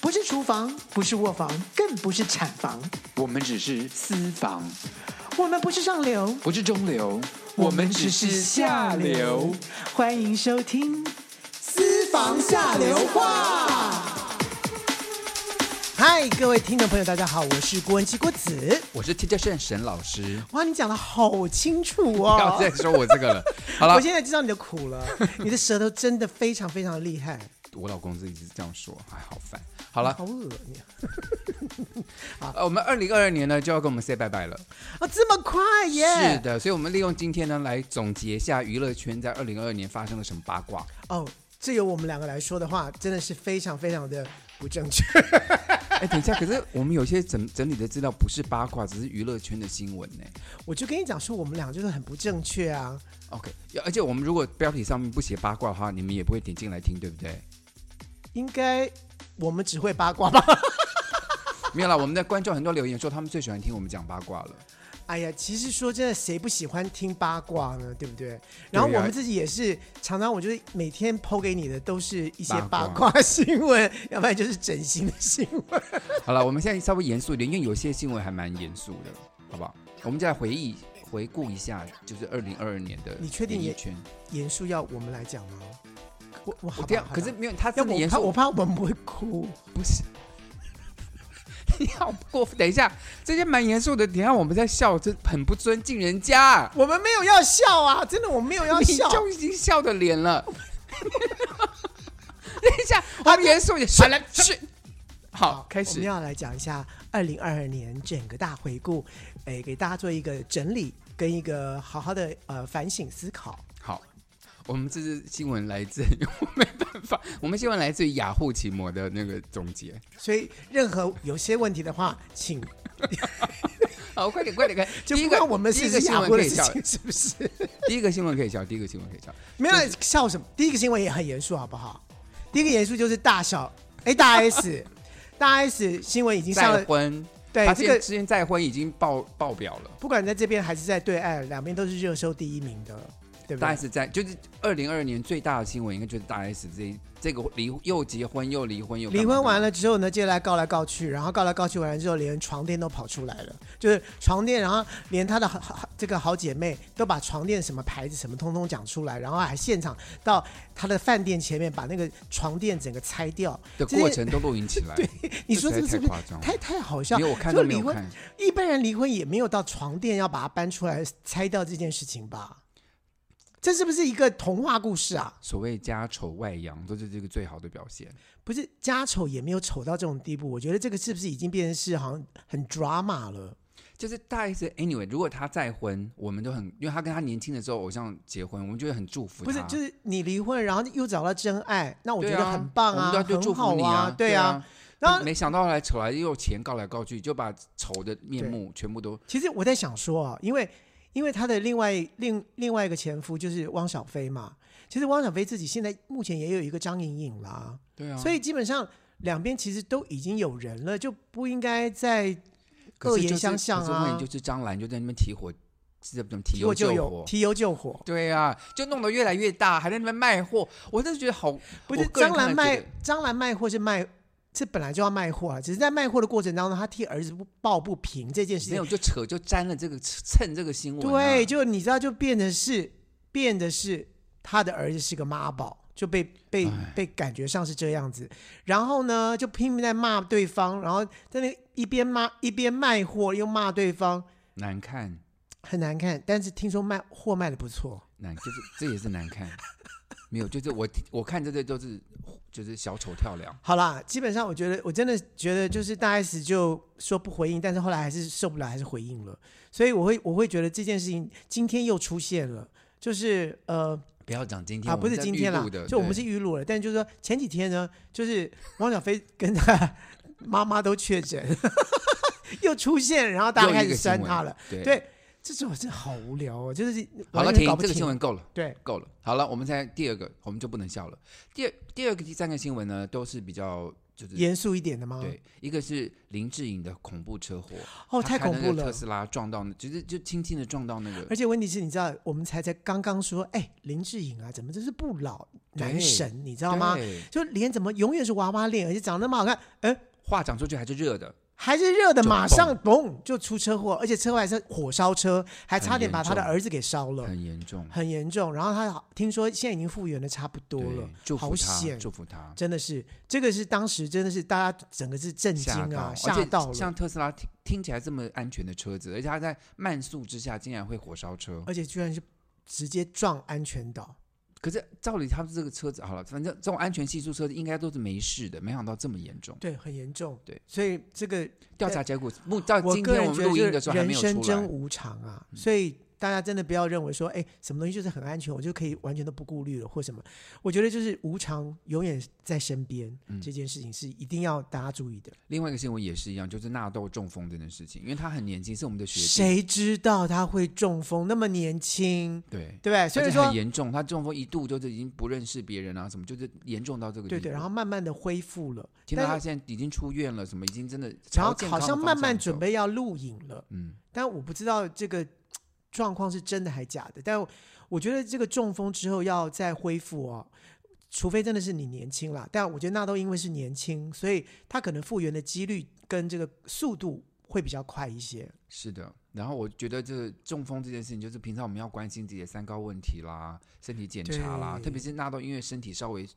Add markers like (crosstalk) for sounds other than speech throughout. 不是厨房，不是卧房，更不是产房，我们只是私房，我们不是上流，不是中流，我们只是下流。。欢迎收听《私房下流话》。嗨，各位听众朋友，大家好，我是郭文琪郭子。我是 TJ 圣沈老师，哇，你讲的好清楚不要哦！再说我这 (laughs) 个了。好了我，现在知道你的苦 (laughs) 了，你的舌头真的非常非常的厉害，我老公一直这样说，哎，好烦。好了，好恶心啊呃，我们二零二二年呢就要跟我们 say 拜拜了。啊！这么快耶！是的，所以我们利用今天呢来总结一下娱乐圈在二零二二年发生了什么八卦。哦，这由我们两个来说的话，真的是非常非常的不正确。哎，等一下，可是我们有些整整理的资料不是八卦，只是娱乐圈的新闻呢。我就跟你讲说，我们俩就是很不正确啊。 OK，而且我们如果标题上面不写八卦的话，你们也不会点进来听，对不对？应该我们只会八卦吧？ (laughs) 没有啦，我们的观众很多留言说他们最喜欢听我们讲八卦了。哎呀，其实说真的，谁不喜欢听八卦呢？对不啊对？然后我们自己也是，常常我就是每天剖给你的都是一些八八卦新闻，要不然就是整形的新闻。 (laughs) 好了，我们现在稍微严肃一点，因为有些新闻还蛮严肃的，好不好？我们再回忆回顾一下，就是二零二二年的你确定演也艺圈？严肃要我们来讲吗？我我好我吧这样好，吧啊可是没有他要这么不我严怕肃，我怕我们会哭。不是。 (laughs) 你好过分！等一下，这些蛮严肃的，等一下我们在笑，这很不尊敬人家。我们没有要笑啊，真的，我们没有要你笑。啊就已经笑的 (laughs) 脸了。等一下，我好们严肃一点，好来去。好好，，开我们始。要来讲一下二零二二年整个大回顾，诶，给大家做一个整理跟一个好好的呃反省思考。好，我们这次新闻来自于我没办法，我们新闻来自于雅虎奇摩的那个总结。所以，任何有些问题的话，请好，哦快点，快点，快点！就第一不个管我们第是一不个是新下闻过可的以事笑，情，是不是？ (laughs) 第一个新闻可以笑，第一个新闻可以笑。没有笑什么？第一个新闻也很严肃，好不好？第一个严肃就是大小，诶，大 (laughs) S，大 S 新闻已经上再了，婚，对他这现在个之前再婚已经爆爆表了。不管在这边还是在对岸，两边都是热搜第一名的，对不大对？ S 在就是二零二年最大的新闻，应该就是大 S 这这个离又结婚又离婚又离婚完了，了之后呢，接下来告来告去，然后告来告去完了之后，连床垫都跑出来了，就是床垫，然后连她的好好这个好姐妹都把床垫什么牌子什么通通讲出来，然后还现场到她的饭店前面把那个床垫整个拆掉。的这些过程都录影起 (laughs) 来。你说这个是实不是在太夸张了？太太好笑没？有我看就都没离有婚看。一般人离婚也没有到床垫要把它搬出来拆掉这件事情吧？这是不是一个童话故事啊？所谓家丑外扬，都是这个最好的表现。不是家丑也没有丑到这种地步，我觉得这个是不是已经变成是好像很 drama 了？就是大 S anyway，如果她再婚，我们都很，因为她跟她年轻的时候偶像结婚，我们就会很祝福她。不是，就是你离婚，然后又找到真爱，那我觉对得啊很棒我啊，们都要就祝很福好你对对啊。然后没想到后来丑来又钱告来告去，就把丑的面目全部都其实我在想说啊，因为因为她的另外另另外一个前夫就是汪小菲嘛，其实汪小菲自己现在目前也有一个张颖颖啦，对啊。所以基本上两边其实都已经有人了，就不应该再可恶是就言是相向可是问啊题，就是张兰就在那边提火，是不是提提油油就救有火？提油救火。对啊，就弄得越来越大，还在那边卖货，我真的觉得好。不我是个人张看兰了觉卖得张兰卖货是卖，这本来就要卖货啊，只是在卖货的过程当中，她替儿子不抱不平这件事没情有，就扯就沾了这个蹭这个新闻、啊。对，就你知道，就变得是变得是他的儿子是个妈宝，就被被唉被感觉上是这样子。然后呢，就拼命在骂对方，然后在那一边骂一边卖货，又骂对方，难看，很难看。但是听说卖货卖的不错，难就是这也是难看。没有，就是我我看这些都是就是小丑跳梁。好啦，基本上我觉得，我真的觉得就是大 S 就说不回应，但是后来还是受不了，还是回应了。所以我会我会觉得这件事情今天又出现了，就是呃不要讲今天啊不是今天啦了，的，就我们是对预录了，但就是说前几天呢，就是汪小菲跟 (laughs) 他 (laughs) 妈妈都确诊，又出现，然后大家又一开个始新酸闻他了。对对，这种真好无聊哦，就是好完了，全停搞，不这个清新闻够了。对，够了，好了，我们再第二个，我们就不能笑了。第二、第二个、第三个新闻呢，都是比较就是严肃一点的吗？对，一个是林志颖的恐怖车祸，哦，太他开恐那怖个了特。斯拉撞到那，就是就轻轻的撞到那个而，且问题是，你知道，我们才才刚刚说，哎，林志颖啊，怎么真是不老男对神，你知道吗？对？就脸怎么永远是娃娃脸，而且长得那么好看，哎，话讲出去还是热的，还是热的，就马上嘣就出车祸，而且车祸还是火烧车，还差点把他的很严重儿子给烧了，很严重。很严重。然后他听说现在已经复原的差不多对了，，祝好福他，险祝福他。真的是这个是当时真的是大家整个是震惊吓啊，到，吓到而且了像。特斯拉听听起来这么安全的车子，而且它在慢速之下竟然会火烧车。而且居然是直接撞安全岛，可是照理它这个车子好了，反正这种安全系数车子应该都是没事的，没想到这么严重。对，很严重。对，所以这个调查结果目到我今个天我人们觉录音得的时就候是还没人有生出真来。嗯无常啊，所以大家真的不要认为说，哎，什么东西就是很安全，我就可以完全都不顾虑了或什么。我觉得就是无常永远在身边，嗯这件事情是一定要大家注意的。另外一个新闻也是一样，就是纳豆中风这件事情，因为他很年轻，是我们的学弟。？谁知道他会中风那么年轻，对，对不对？而所以且说很，严重，他中风一度就是已经不认识别人啊，什么就是严重到这个地对步。对，然后慢慢的恢复了，听到但他是现在已经出院了，什么已经真的然朝后健好康的像方慢慢向准走，备要录影了。嗯，但我不知道这个状况是真的还假的。但我觉得这个中风之后要再恢复哦，除非真的是你年轻啦。但我觉得纳豆因为是年轻，所以他可能复原的几率跟这个速度会比较快一些。是的。然后我觉得这个中风这件事情，就是平常我们要关心自己的三高问题啦、身体检查啦，对特别是纳豆，因为身体稍微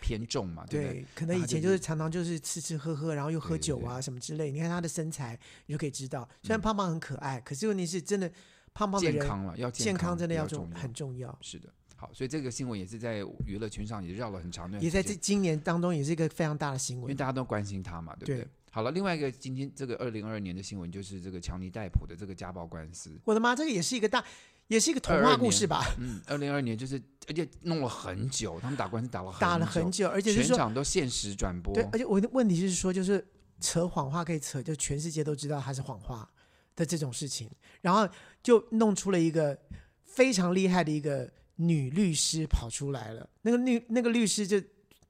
偏重嘛，对不对？对，可能以前就那他就是是常常就是吃吃喝喝，然后又喝对对嗯酒啊什么之类。你看他的身材，你就可以知道，虽然胖胖很可爱，可是问题是真的胖胖的健人康了，要健康真的比要较重重要很重要。是的，好，所以这个新闻也是在娱乐圈上也绕了很长一段时也间，在这今年当中也是一个非常大的新因为闻，大家都关心他嘛，对不对？对好了，另外一个今天这个二零二二年的新闻就是这个强尼戴普的这个家暴官司，我的妈，这个也是一个大，也是一个童22话年故事吧？嗯，二零二二年就是而且弄了很久，他们打官司打了很打了久很久，而且是全说，场都限时转播，对，而且我的问题是说，就是扯谎话可以扯，就全世界都知道他是谎话的这种事情，然后就弄出了一个非常厉害的一个女律师跑出来了，那个律那个律师就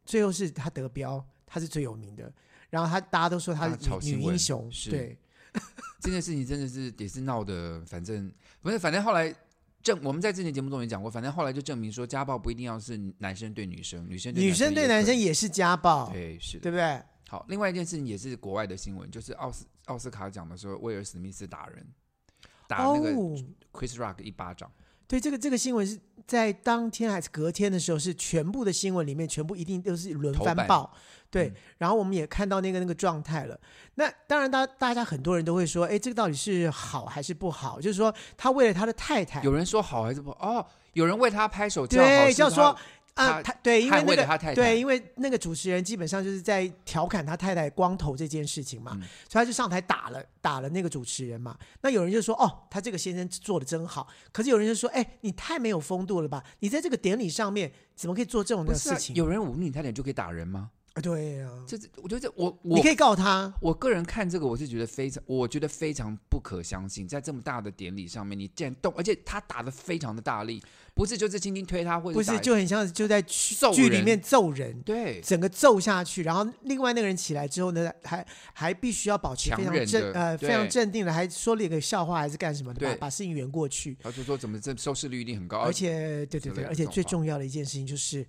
最后是他得标，他是最有名的，然后他大家都说他大家炒是女新女闻英雄，是对，这件事情真的是也是闹的，反正不是，反正后来证我们在之前节目中也讲过，反正后来就证明说家暴不一定要是男生对女生，女生对女生生对也男可生以也是家暴，对是的。对不对？好，另外一件事情也是国外的新闻，就是奥斯奥斯卡奖的时候，威尔史密斯打人，打那个哦 Chris Rock 一巴掌，对，这个这个新闻是在当天还是隔天的时候，是全部的新闻里面全部一定都是轮头番版报。对，嗯然后我们也看到那个那个状态了。那当然大，大家很多人都会说，哎，这个到底是好还是不好？就是说，他为了他的太太，有人说好还是不好？哦，有人为他拍手叫好，对，是他叫说啊，他他对，因为捍那卫了个他太太，对，因为那个主持人基本上就是在调侃他太太光头这件事情嘛，嗯所以他就上台打了打了那个主持人嘛。那有人就说：“哦，他这个先生做的真好。”可是有人就说：“哎，你太没有风度了吧？你在这个典礼上面怎么可以做这种不的是啊、事情？”有人侮辱你太太就可以打人吗？啊对啊，这是我觉得我我你可以告他。我个人看这个，我是觉得非常，我觉得非常不可相信，在这么大的典礼上面，你竟然动，而且他打的非常的大力，不是就是轻轻推他，或者不是打就很像就在剧揍剧里人面揍人，对整个揍下去，然后另外那个人起来之后呢，还还必须要保持非强常忍镇着呃非对常镇定的，还说了一个笑话还是干什么的，把对把事情圆过去。他就说怎么这收视率一定很高，而且对对之类对，的而且这种最话重要的一件事情就是，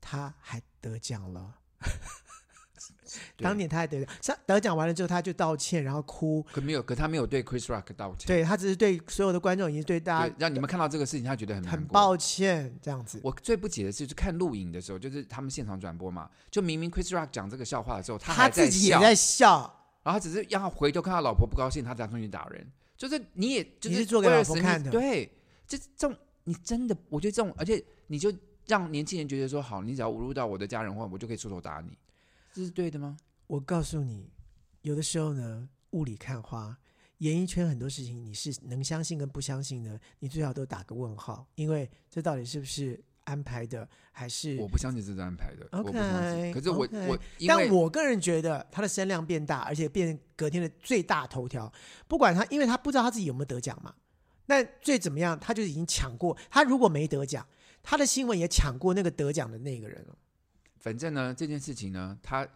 他还得奖 (laughs) 了。对当年他还得奖，他得奖完了之后他就道歉，然后哭。可没有，可他没有对 Chris Rock 道歉，对他只是对所有的观众以及对大对家，让你们看到这个事情，他觉得很很难过。抱歉这样子。我最不解的是，就是看录影的时候，就是他们现场转播嘛，就明明 Chris Rock 讲这个笑话的时候，他还自己也笑，在笑，然后他只是要回头看到老婆不高兴，他才上去打人。就是你也就你是做给威尔老婆史密斯看的对，这这种你真的，我觉得这种，而且你就让年轻人觉得说，好，你只要侮辱到我的家人的话，我就可以出手打你，这是对的吗？我告诉你，有的时候呢，雾里看花。演艺圈很多事情，你是能相信跟不相信呢，你最好都打个问号，因为这到底是不是安排的，还是我不相信这是安排的 OK，我不相信。可是我 OK 我因但为我个人觉得他的声量变大，而且变隔天的最大头条。不管他，因为他不知道他自己有没有得奖嘛，那最怎么样，他就已经抢过。他如果没得奖，他的新闻也抢过那个得奖的那个人了。反正呢，这件事情呢，他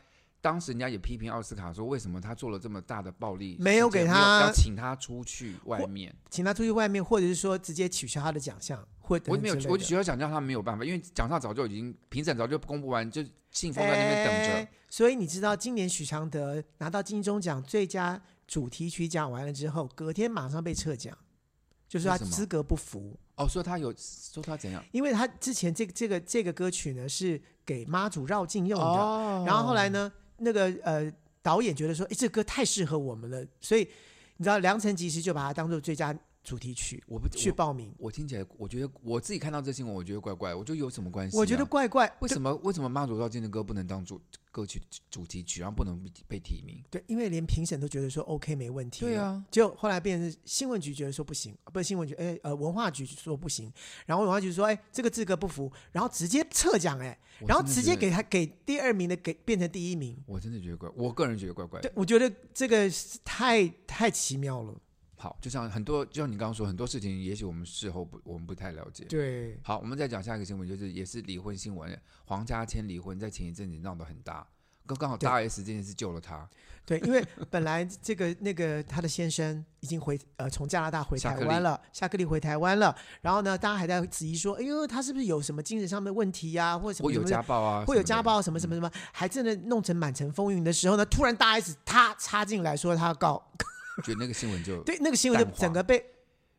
当时人家也批评奥斯卡说，为什么他做了这么大的暴力事件，没有给他没有要请他出去外面。请他出去外面，或者是说直接取消他的奖项，或者我没有，我取学校奖让他没有办法，因为奖项早就已经评审早就公布完，就信封在那边等着。哎所以你知道，今年许常德拿到金钟奖最佳主题曲奖完了之后，隔天马上被撤奖，就是他为什么资格不符，哦，说他有说他怎样因为他之前这个这个这个歌曲呢是给妈祖绕境用的，哦然后后来呢，那个呃导演觉得说，哎，这歌太适合我们了，所以你知道良辰吉时就把它当做最佳主题曲我不去去报名，我听起来，我觉得我自己看到这新闻，我觉得怪怪，我就有什么关系啊、我觉得怪怪，为什么为什么妈祖绕境的歌不能当主歌曲主题曲，然后不能被提名？对，因为连评审都觉得说 OK 没问题。对。啊，就后来变成是新闻局觉得说不行，不是新闻局，哎呃文化局说不行，然后文化局说哎这个资格不符，然后直接撤奖哎，我然后真的直接觉得给他给第二名的给变成第一名，我真的觉得怪，我个人觉得怪怪的对。我觉得这个是太太奇妙了，好，就像很多，就像你刚刚说，很多事情，也许我们事后不，我们不太了解。对，好，我们再讲下一个新闻，就是也是离婚新闻，黄家千离婚，在前一阵子闹得很大，刚刚好对大 S 这件事救了他，对，因为本来这个那个他的先生已经回呃从加拿大回夏台克湾立了，夏克立回台湾了，然后呢，大家还在质疑说，哎呦，他是不是有什么精神上面的问题呀、或者什么会有什么的家暴啊，会有什么的家，暴什么什么什么，还真的弄成满城风云的时候呢，突然大 S 他插进来说他要告，觉得那个新闻就，(laughs) 因对那个新闻就淡化整个被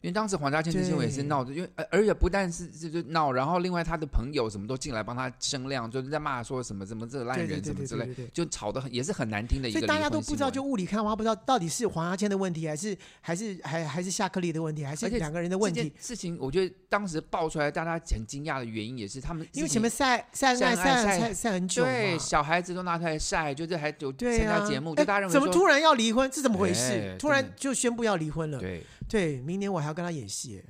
为当时黄家千的新闻也是对闹的，因为呃而且不但是这就闹，然后另外他的朋友什么都进来帮他声量，就是在骂说什么什么这个烂对对人对什么对之对类，对对。就吵得很也是很难哎听的一个所离以婚新大闻。家都不知道，就雾里看花，不知道到底是黄家千的问题，还是还是还还是夏克立的问题，还是而且两个人的问这题件。事情，我觉得当时爆出来，大家很惊讶的原因也是他们因为自己前面晒晒恩爱晒恩爱晒晒晒晒很久嘛，对小孩子都拿出来晒，就是还有对参加啊节目，哎就大家认为怎么说突然要离婚？这怎么回事哎？突然真的就宣布要离婚了。对对，明年我还要跟他演戏耶。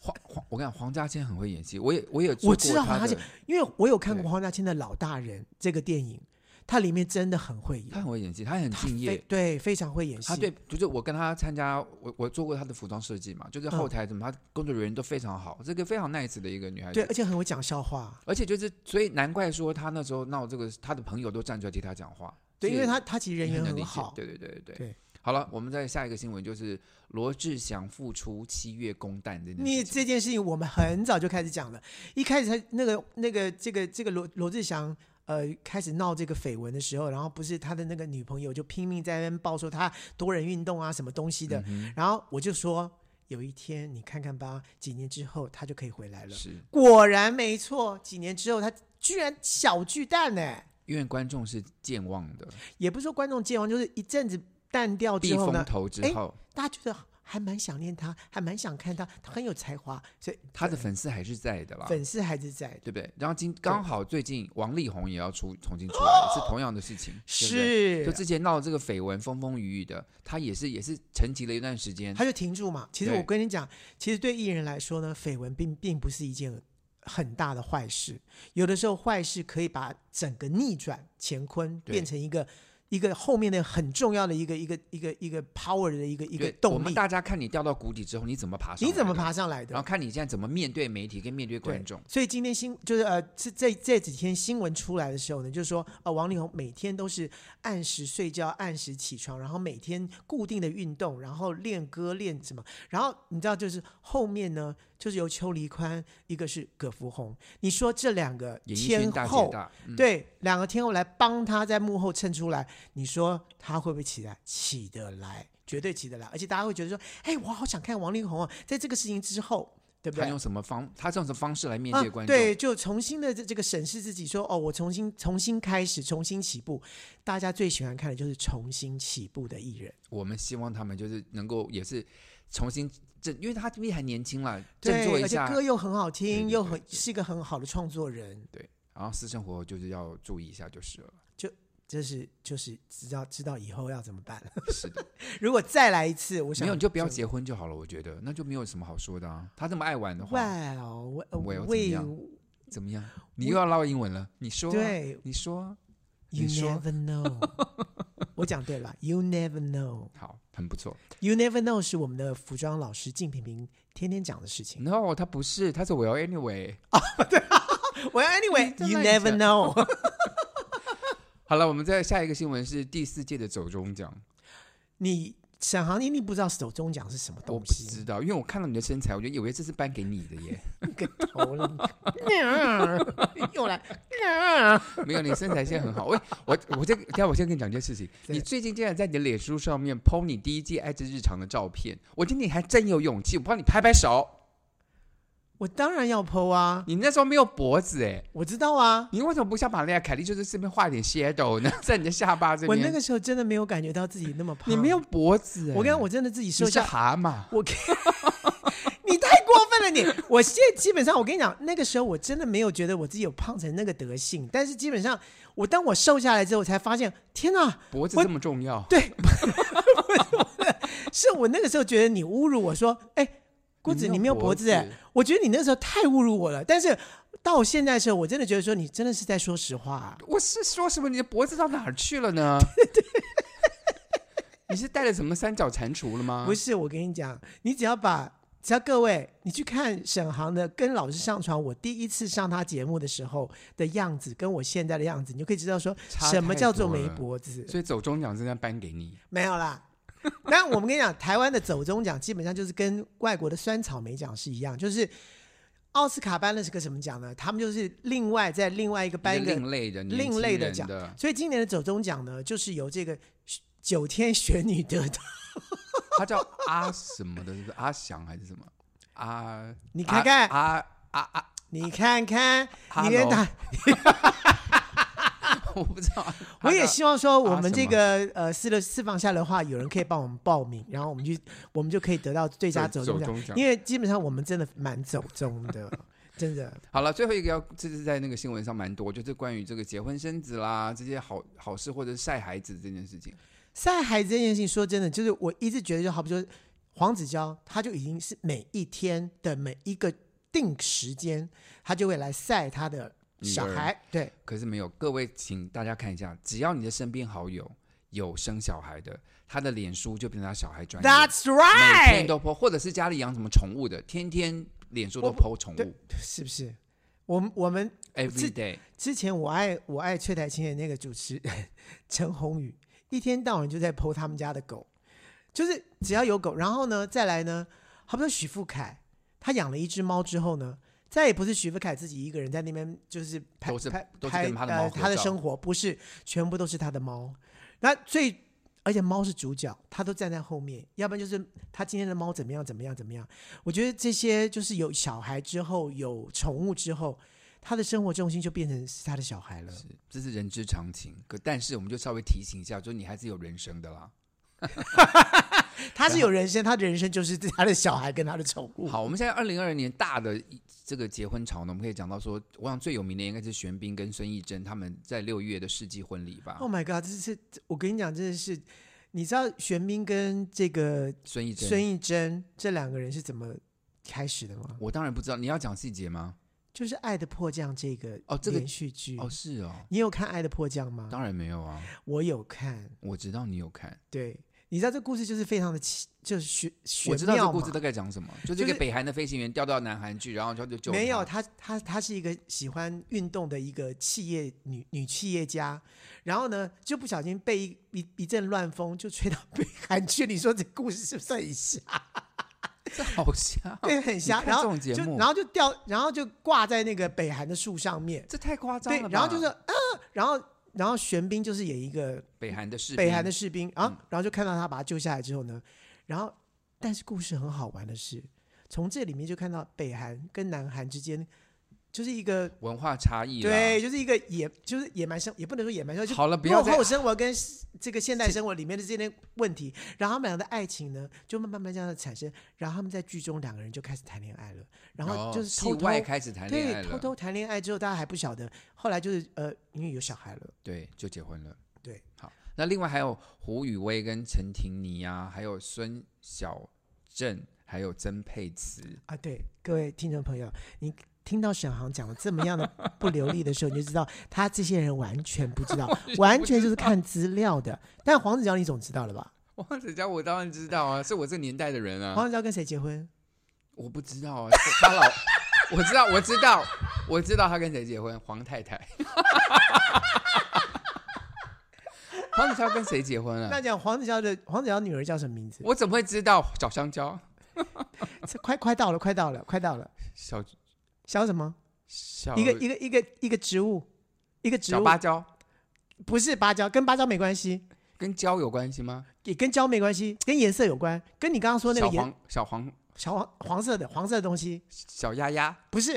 黄黄，我跟你讲，黄家千很会演戏，我也我也有做我过知道他黄家的千，因为我有看过对黄家千的《老大人》这个电影，它里面真的很会演他，很会演戏，他很敬非业。对非常会演戏。他对，就是我跟他参加，我我做过他的服装设计嘛，就是嗯后台什么，他工作人员都非常好，这个非常 nice 的一个女孩对，子而，且很会讲笑话。而且就是，所以难怪说他那时候闹这个，他的朋友都站出来替他讲话，对，这因为也他他其实人也缘能理很解好。对对对对对。对好了，我们再下一个新闻就是罗志祥复出七月公蛋这件你事情。这件事情我们很早就开始讲了，一开始他那个那个这个这个罗罗志祥。呃，开始闹这个绯闻的时候，然后不是他的那个女朋友就拼命在那边报说他多人运动啊，什么东西嗯的，然后我就说，有一天你看看吧，几年之后他就可以回来了。是果然没错，几年之后他居然小巨蛋呢、哎因为观众是健忘的，也不是说观众健忘，就是一阵子淡掉避之后风呢，头之哎后，大家觉得还蛮想念他，还蛮想看他，他很有才华，所以他的粉丝还是在的啦，粉丝还是在的。对不对？然后今刚好最近王力宏也要出重新出来，是同样的 (gasps) 事情，对不对是就，之前闹这个绯闻风风雨雨的，他也是也是沉寂了一段时间，他就停住嘛。其实对我跟你讲，其实对艺人来说呢，绯闻并并不是一件很大的坏事，有的时候坏事可以把整个逆转乾坤，对变成一个一个后面的很重要的一个一个一个一个 power 的一个一个对我动们力。大家看你掉到谷底之后，你怎么爬上？你怎么？爬上来然的？后看你现在怎么面对媒体跟面对观众。所以今天新就是呃，这这这几天新闻出来的时候呢，就是说呃，王力宏每天都是按时睡觉、按时起床，然后每天固定的运动，然后练歌练什么，然后你知道就是后面呢，就是由邱黎宽，一个是葛福宏，你说这两个演艺圈天大姐后，大，嗯对，两个天后来帮他在幕后衬出来，你说他会不会起来？起得来，绝对起得来，而且大家会觉得说，哎，我好想看王力宏哦，在这个事情之后。对不对他？用什么方，他用什么方式来面啊对，观众？对，就重新的这这个审视自己说，哦，我重新重新开始，重新起步。大家最喜欢看的就是重新起步的艺人，我们希望他们就是能够也是重新振，因为他毕竟还年轻了，振对作，一而且下。歌又很好听，对对又对很对是一个很好的创作人，然后私生活就是要注意一下就是了。这是就是知道知道以后要怎么办。 (laughs) 是的，如果再来一次，我想没有你就不要。结婚就好了，我觉得那就没有什么好说的啊。他这么爱玩的话，哇哦，我为要怎么为样怎么样？你又要唠英文了？你说、啊，对你说啊、 ，You 你说 (laughs) never know，我讲对了，You never know。好，很不错。 You never know 是我们的服装老师靳平平天天讲的事情。 No，他不是，他是 Well Anyway。我要真 anyway，you 乱 never 讲 know。好了，我们再下一个新闻是第四届的走中奖，你沈航一定不知道手中奖是什么我东不西，知道，因为我看到你的身材，我就以为这是颁给你的耶。个头了， (laughs) 又来，啊没有，你身材现在很好。喂，我我这个，等一下我先跟你讲一件事情。对你最近竟然在你的脸书上面 PO 你第一季《爱之日常》的照片，我觉得你还真有勇气，我帮你拍拍手。我当然要剖啊，你那时候没有脖子哎，我知道啊，你为什么不像玛丽亚凯莉，就是这边画一点 shadow (laughs) 呢，在你的下巴这边？我那个时候真的没有感觉到自己那么胖，你没有，脖子哎，我跟我真的自己你瘦是下蛤蟆，我跟， (laughs) 你太过分了你！我现在基本上，我跟你讲，那个时候我真的没有觉得我自己有胖成那个德性，但是基本上，我当我瘦下来之后，我才发现，天哪！脖子我这么重要。对，不是我的是我那个时候觉得你侮辱我说，哎、郭子你没有脖子哎、我觉得你那时候太侮辱我了。但是到现在的时候，我真的觉得说你真的是在说实话、我是说什么？你的脖子到哪儿去 (laughs) 了呢？ (laughs) 你是带了什么三角蟾蜍了吗？不是，我跟你讲，你只要把只要各位，你去看沈航的跟老师上床，我第一次上他节目的时候的样子，跟我现在的样子，你就可以知道说差什么太叫做多没了脖子，所以走中奖真的要颁给你。没有啦。但我们跟你讲，台湾的走中奖基本上就是跟外国的酸草莓奖是一样，就是奥斯卡颁的是个什么奖呢？他们就是另外在另外一个颁一一个个另类的、另类的的奖所以今年的走中奖呢，就是由这个九天玄女得到。 (laughs) 他叫阿什么的，是不是阿翔还是什么？阿 (laughs) 你看看，阿阿阿，你看看，你连 Hello 打 (laughs) 我不知道。我也希望说，我啊们什这么个呃四的四放下的话，有人可以帮我们报名，然后我们就 (laughs) 我们就可以得到最佳对走中走奖中，奖因为基本上我们真的蛮走中的， (laughs) 真的。好了，最后一个要，这是在那个新闻上蛮多，就是关于这个结婚生子啦，这些好好事或者是晒孩子这件事情。晒孩子这件事情，说真的，就是我一直觉得，就好比说黄子佼，他就已经是每一天的每一个定时间，他就会来晒他的小女儿孩，对，可是没有，各位请大家看一下，只要你的身边好友有生小孩的，他的脸书就变成他小孩专业 That's 每天 right，都 po，或者是家里养什么宠物的，天天脸书都我 po 宠对物是不是？我们我们，every day。之前我爱我爱崔台青的那个主持人 (laughs) 陈宏宇，一天到晚就在剖他们家的狗，就是只要有狗，然后呢再来呢，好比说许富凯，他养了一只猫之后呢，再也不是许富凯自己一个人在那边就是拍都是拍都是拍跟他的猫呃合他的照生活，不是全部都是他的猫，那最。而且猫是主角，他都站在后面，要不然就是他今天的猫怎么样怎么样怎么样。我觉得这些就是有小孩之后，有宠物之后，他的生活重心就变成是他的小孩了。是，这是人之常情。可但是我们就稍微提醒一下，就是你还是有人生的啦。他是有人生，他的人生就是他的小孩跟他的宠物。好，我们现在二零二二年大的一这个结婚潮呢，我们可以讲到说，我想最有名的应该是玄彬跟孙艺珍他们在六月的世纪婚礼吧。 Oh my god！这是我跟你讲，真的是，你知道玄彬跟这个孙艺珍，孙艺珍这两个人是怎么开始的吗？我当然不知道，你要讲细节吗？就是《爱的迫降》这个哦这个连续剧。哦，是哦，你有看《爱的迫降》吗？当然没有啊，我有看。我知道你有看，对，你知道这故事就是非常的奇，就是玄我玄知道这妙故事嘛。大概讲什么，就是就一个是北韩的飞行员调到南韩去，然后他就救没有，他她她她是一个喜欢运动的一个企业女女企业家，然后呢就不小心被一一一阵乱风就吹到北韩去。你说这故事是不是很瞎？这好像对，很瞎。你看然后这种节就目然后就掉，然后就挂在那个北韩的树上面。这太夸张对了吧。，然后就是啊，然后然后玄彬就是演一个北韩的士北韩兵的士兵啊，嗯然后就看到他把他救下来之后呢，然后但是故事很好玩的是，从这里面就看到北韩跟南韩之间就是一个。文化差异啦，对，就是一个野，就是野蛮生，也不能说野蛮生活，就好了，不要落再后生活跟这个现代生活里面的这些问题，然后他们俩的爱情呢，就慢慢慢慢这样的产生，然后他们在剧中两个人就开始谈恋爱了，然后就是哦戏偷偷外开始谈恋爱对了，偷偷谈恋爱之后，大家还不晓得，后来就是呃，因为有小孩了，对就结婚了。对，好，那另外还有胡宇威跟陈婷妮啊，还有孙小正，还有曾沛慈，啊，对，各位听众朋友，你听到沈航讲的这么样的不流利的时候，你就知道他这些人完全不 (laughs) 知道，完全就是看资料的。但黄子佼你总知道了吧？黄子佼，我当然知道啊，是我这年代的人啊，黄子佼跟谁结婚？我不知道啊，是他老，我知道，我知道，我知道他跟谁结婚，黄太太。黄子佼跟谁结婚那了？讲黄子佼的黄子佼女儿叫什么名字？嗯我怎么会知道？小香蕉，这快快到了，快到了，快到了。小小什么？小一个一个一个一个植物，一个植小物，芭蕉，不是芭蕉，跟芭蕉没关系，跟蕉有关系吗？也跟蕉没关系，跟颜色有关，跟你刚刚说那个小颜黄小黄小黄黄色的黄色的东西，小丫丫，不是，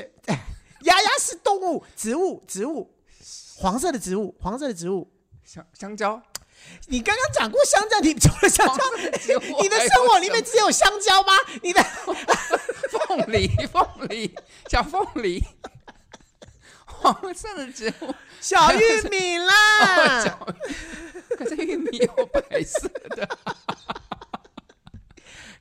(laughs) 丫丫是动物，植物，植物，黄色的植物，黄色的植物。香香 (laughs) 蕉，你刚刚讲过香蕉，你除了香 (laughs) 蕉，你你的生活里面只有香蕉吗？你的 (laughs) 凤梨，凤梨，小凤梨， (laughs) 黄色的植啊物，小玉米 (laughs) 啦，小，可是玉米有白色的，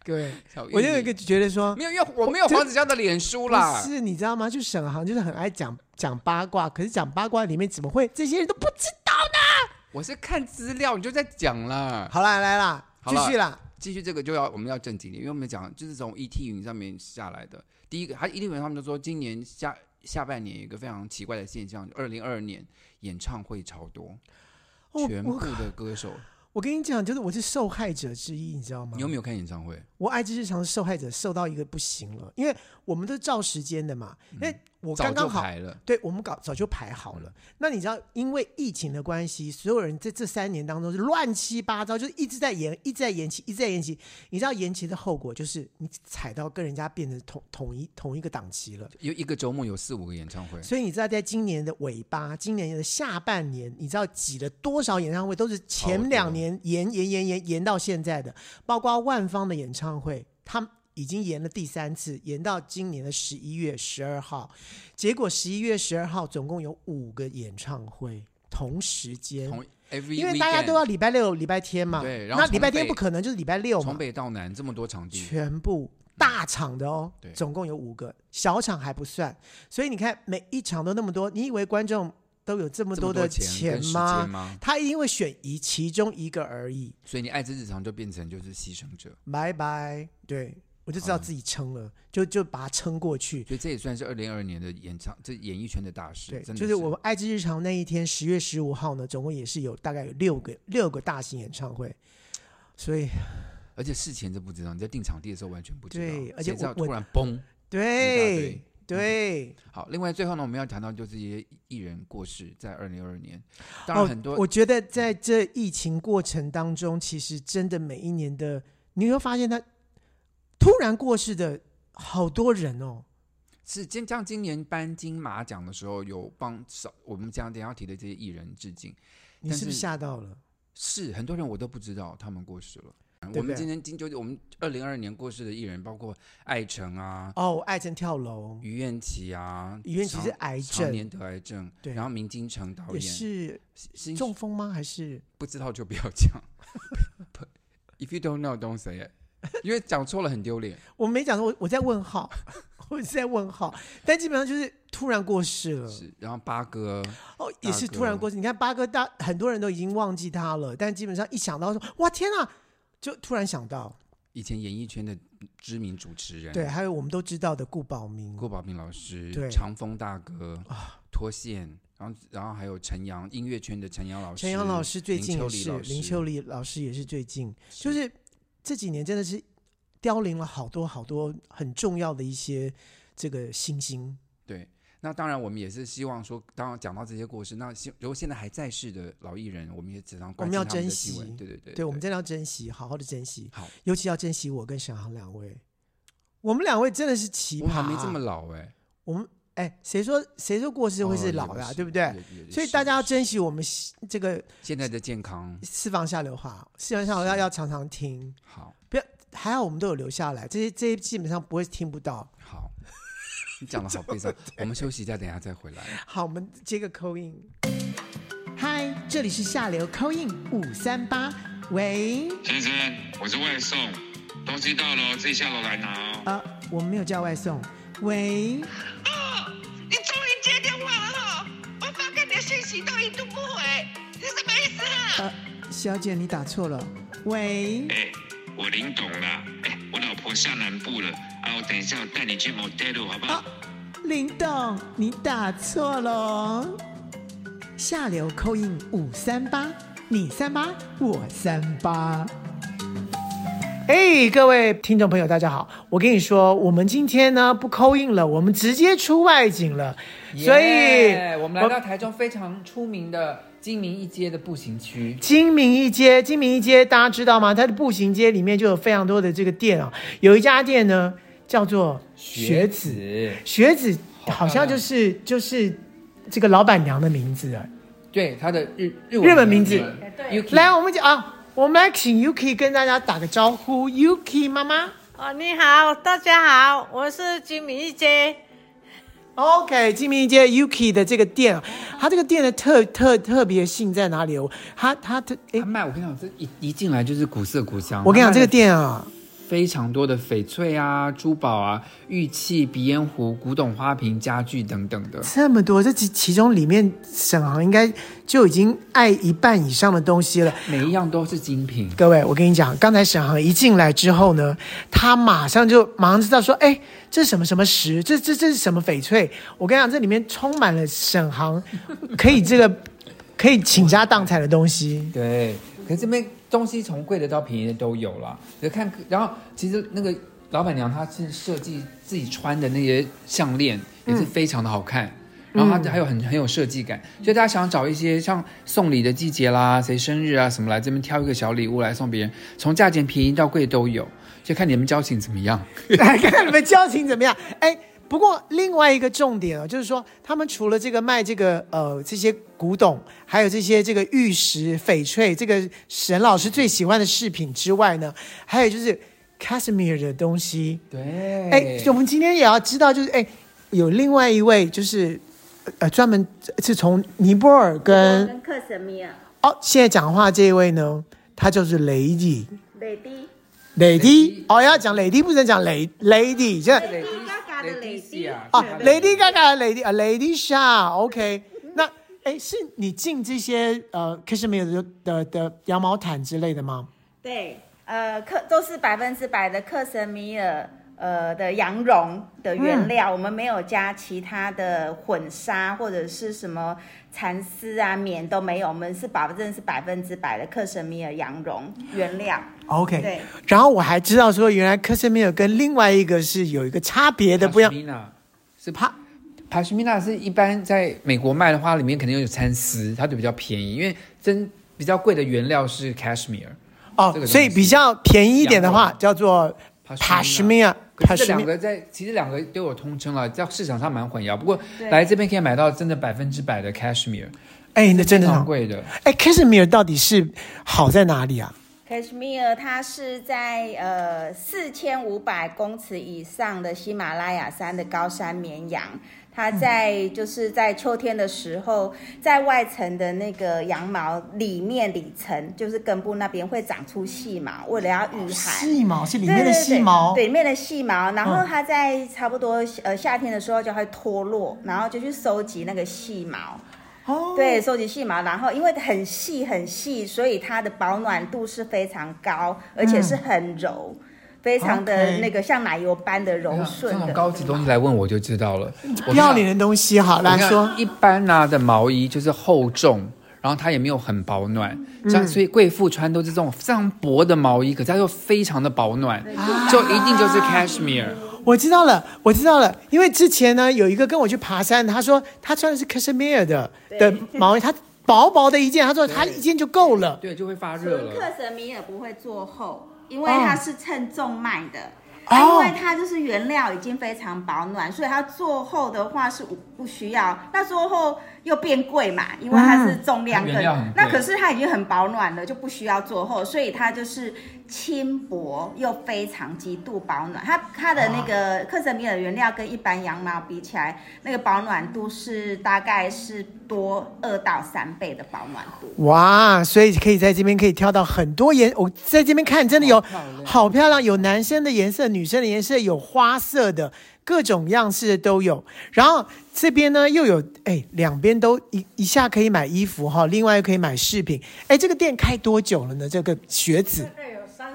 各位，小玉米我就有一个觉得说，没有，因为我没有黄子佼的脸书啦不，是，你知道吗？就沈航就是很爱讲讲八卦，可是讲八卦里面怎么会这些人都不知道呢？我是看资料，你就在讲啦。好啦，来啦，好继啦续啦，继续这个就要我们要正经点，因为我们讲就是从 ET 云上面下来的。第一个，还 ET 云他们就说，今年下下半年有一个非常奇怪的现象，二零二二年演唱会超多，我全部哦我的歌手，我跟你讲，就是我是受害者之一，你知道吗你有？没有看演唱会？我爱之日常受害者受到一个不行了，因为我们都照时间的嘛，那、我嗯早刚就刚好。排嗯了，对，我们搞早就排好了。那你知道，因为疫情的关系，所有人在这三年当中是乱七八糟，就是一直在延，一直在延期，一直在延期。你知道延期的后果就是你踩到跟人家变成同同一同一个档期了。有一个周末有四五个演唱会，所以你知道，在今年的尾巴，今年的下半年，你知道挤了多少演唱会？都是好前多两年延延延延延到现在的，包括万芳的演唱会，他们已经延了第三次，延到今年的十一月十二号。结果十一月十二号总共有五个演唱会同时间，从 every 因为大家都 weekend，要礼拜六、礼拜天嘛。对然后那礼拜天从不北可能就是礼拜六嘛从。北到南这么多场地，全部大场的哦嗯对，总共有五个，小场还不算，所以你看每一场都那么多，你以为观众都有这么这么的钱跟时间吗？吗？他一定会选一其中一个而已，所以你爱之日常就变成就是牺牲者，拜拜。对我就知道自己撑了，就就把它撑过去。所以这也算是二零二二年的演唱这演艺圈的大事，对，真的就是是我们爱之日常那一天，十月十五号呢，总共也是有大概有六个六个大型演唱会，所以而且事前都不知道，你在定场地的时候完全不知道，对而且谁知道我我突然崩。对对对，好，另外最后呢，我们要谈到就是一些艺人过世，在二零二二年，当哦，然很多、我觉得在这疫情过程当中，其实真的每一年的，你会发现他突然过世的好多人哦。是今像今年颁金马奖的时候，有帮少我们讲等一下要提的这些艺人致敬，你是不但是是嗯吓到了？是很多人我都不知道他们过世了。对我不们对今天今就是我们二零二二年过世的艺人，包括艾诚啊、哦，爱珍跳楼，于彦琪啊，于彦琪是常癌常症，年得癌症，对然后明金城导也演是新中风吗？还是不知道就不要讲 (laughs) But，If you don't know, don't say it，因 (laughs) 为讲错了很丢脸。我没讲，我我在问号， (laughs) 我是在问号，但基本上就是突然过世了。是，然后八哥，哦，也是大突然哥过世。你看八哥大，很多人都已经忘记他了，但基本上一想到说，哇天啊，就突然想到，以前演艺圈的知名主持人，对，，还有我们都知道的顾宝明，郭宝明老师对，啊长风大哥，脱线，然后然后还有陈阳，音乐圈的陈阳老师，陈阳老师最近也是，林林秋秋离老师也是最近，就是这几年真的是凋零了好多好多很重要的一些这个星星。对。那当然，我们也是希望说，当然讲到这些过世，那希如果现在还在世的老艺人，我们也只能关我们心要他们的珍新闻惜对对对对，我们真的要珍惜，好好的珍惜，好，尤其要珍惜我跟沈航两位，我们两位真的是奇我们还葩。没这么老哦哎、我们哎，谁说谁说过世会是老的、啊，对不对？？所以大家要珍惜我们这个现在的健康私房下流话，私房下流话是要常常听。好还好我们都有留下来，这些这些基本上不会听不到。 (laughs) 好，你讲的好悲伤。我们休息一下，等一下再回来。好，我们接个扣印。嗨，这里是下流扣印五三八，喂，先生，我是外送，东西到了哦自己下楼来拿哦。呃，我们没有叫外送，喂，啊，行动一度不回，这什么意思啊？小姐，你打错了，喂，哎，我林董啦，哎，我老婆下南部了，啊，我等一下我带你去 motel 好不好？林董，你打错了哦，下流扣印五三八，你三八，我三八。哎，各位听众朋友，大家好！我跟你说，我们今天呢不扣印了，我们直接出外景了，所以耶我们来到台中非常出名的金明一街的步行区。金明一街，金明一街大家知道吗？它的步行街里面就有非常多的这个店啊、有一家店呢叫做学子，子，学子好好像像就是就是这个老板娘的名字啊。对，他的日日日本名字对来，我们讲啊，我们来请 Yuki 跟大家打个招呼，Yuki 妈妈。哦，你好，大家好，我是金明一街。 OK，金明街 Yuki 的这个店啊，它这个店的特特特别性在哪里？我哦它它特哎他，卖，我跟你讲，这一一进来就是古色古香。我跟你讲，他这个卖店啊，非常多的翡翠啊、珠宝啊、玉器、鼻烟壶、古董花瓶、家具等等的。这么多，这其其中里面沈航应该就已经爱一半以上的东西了。每一样都是精品，各位，我跟你讲，刚才沈航一进来之后呢，他马上就马上知道说，哎，这是什么什么石，这这这是什么翡翠？我跟你讲，这里面充满了沈航可以这个可以倾家荡产的东西。对。可是这边东西从贵的到便宜的都有啦，就看。然后其实那个老板娘她是设计自己穿的那些项链也是非常的好看，然后她还有很很有设计感，所以大家想找一些像送礼的季节啦、谁生日啊什么来这边挑一个小礼物来送别人，从价钱便宜到贵都有，就看你们交情怎么样。来看你们交情怎么样？哎，不过另外一个重点啊，就是说他们除了这个卖这个呃这些古董，还有这些这个玉石、翡翠，这个沈老师最喜欢的饰品之外呢，还有就是 Casimir 的东西。对，哎，我们今天也要知道，就是哎，有另外一位就是呃专门是从尼泊尔跟跟克什米尔、哦现在讲话这一位呢，他就是雷迪。美的、 lady 哦，要讲 lady 不能讲 lady lady，这 Lady- Gaga 的 Lady Lady 啊是，Lady Gaga 的 Lady 啊，Lady Sha，OK、那哎，是你进这些呃 Cashmere 的的的羊毛毯之类的吗？对，呃，克都是百分之百的克什米尔。呃的羊绒的原料，我们没有加其他的混纱或者是什么蚕丝啊、棉都没有，我们是保证是百分之百的克什米尔羊绒原料。 OK，对，然后我还知道说，原来 Cashmere 跟另外一个是有一个差别的，不一样。样，啊是帕帕什米纳是一般在美国卖的话，里面肯定有蚕丝，它就比较便宜，因为真比较贵的原料是 cashmere。哦这，个东西所以比较便宜一点的话羊毛叫做 Pashmina Pashmere 可是这两 Pashmere。个在其实两个都有通称了，在市场上蛮混淆。不过对来这边可以买到真的百分之百的 cashmere，哎，那真的非常很贵。贵的。哎，Cashmere 到底是好在哪里啊？ Kashmir 它是在呃四千五百公尺以上的喜马拉雅山的高山绵羊，它在就是在秋天的时候，在外层的那个羊毛里面里层，就是根部那边会长出细毛，为了要御寒。细毛是里对面的对细对毛。对里面的细毛，然后嗯它在差不多呃夏天的时候就会脱落，然后就去收集那个细毛。哦，对，收集细毛，然后因为很细很细，所以它的保暖度是非常高，而且嗯是很柔，非常的 OK 那个像奶油般的柔嗯这顺种的。高级东西来问我就知道了。 (laughs) 不要脸的东西好，来我说看。一般呢、的毛衣就是厚重，然后它也没有很保暖，嗯像、所以贵妇穿都是这种非常薄的毛衣，可是它又非常的保暖，就一定就是 cashmere。我知道了，我知道了，因为之前呢有一个跟我去爬山，他说他穿的是 cashmere 的的毛衣， (laughs) 他薄薄的一件，他说他一件就够了。对，就会发热纯克了。什米尔不会做厚，因为它是称重卖的。啊哦因为它就是原料已经非常保暖，所以它做厚的话是不不需要。那做厚又变贵嘛，因为它是重嗯量更、原料很贵那可是它已经很保暖了，就不需要做厚，所以它就是轻薄又非常极度保暖。它它的那个克什米尔原料跟一般羊毛比起来，那个保暖度是大概是多二到三倍的保暖度。哇，所以可以在这边可以挑到很多颜，我在这边看真的有好漂亮，有男生的颜色、女生的颜色，有花色的，各种样式的都有。然后这边呢又有，哎，两边都一一下可以买衣服哈，另外又可以买饰品。哎，这个店开多久了呢？这个学子大概有三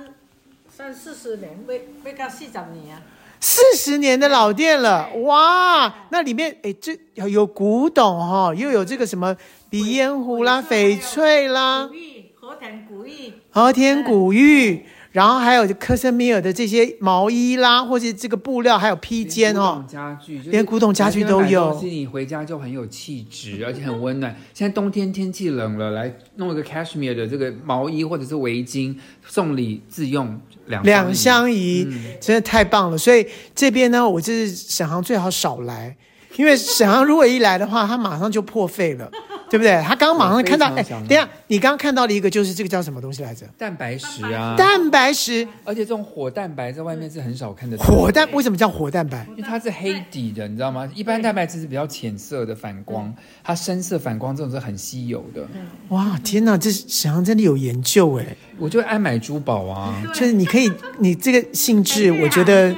三四十年，未未到四十年啊。四十年的老店了，哇！那里面哎，这有有古董哈、又有这个什么鼻烟壶啦、翡翠啦。古玉和田古玉，和田古玉，然后还有科森米尔的这些毛衣啦，或是这个布料，还有披肩连古哦董。家具，就是连古董家具都有你在那边买东西你回家就很有气质，而且很温暖。现在冬天天气冷了，来弄一个 cashmere 的这个毛衣或者是围巾，送礼自用两两箱相宜，嗯真的太棒了。所以这边呢，我就是沈航最好少来，因为沈航如果一来的话，他马上就破费 (laughs) 了，对不对？他刚刚马上看到，我哎，非常想等念一下你刚刚看到了一个，就是这个叫什么东西来着？蛋白石啊，蛋白石而且这种火蛋白在外面是很少看得到的。火蛋，为什么叫火蛋白？因为它是黑底的，你知道吗？一般蛋白质是比较浅色的反光，它深色反光这种是很稀有的。哇，天哪，这沈航真的有研究哎！我就爱买珠宝啊，就是你可以，你这个性质，我觉得，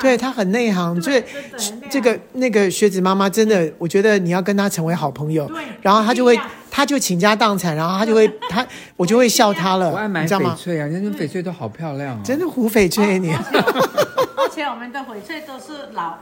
对他很内行，就是真的很内行这个那个学子妈妈真的，我觉得你要跟她成为好朋友对，然后她就会一定要，她就倾家荡产，然后她就会，她我就会笑她我爱了，买你知道翡吗？翠啊，人家那翡翠都好漂亮啊，真的胡翡翠你，啊而且我 (laughs) 们的翡翠都是老，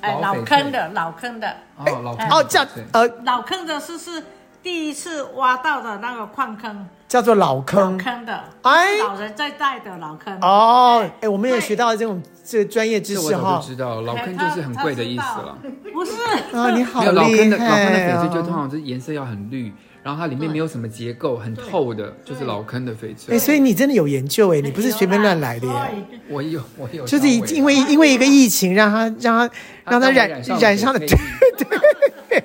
哎老翡老翠坑的老坑的哦，老看哦翡叫翠呃老坑的是是第一次挖到的那个矿坑，叫做老老坑坑的，哎老人在带的老坑。哦，哎，我们也对学到这种这个专业知这我识早哈就知道了，老哎坑就他是很他贵的知意思道了。不是，啊，你好没有老坑厉的老坑的害翡翠就通哦！常就是颜色要很绿，然后它里面没有什么结构，很透的，就是老坑的翡哎，翠。所以你真的有研究哎，你不是随便乱来的耶。耶。我有我有稍就微，是因为因为一个疫情，让他让他让他染上染上了。翡对翠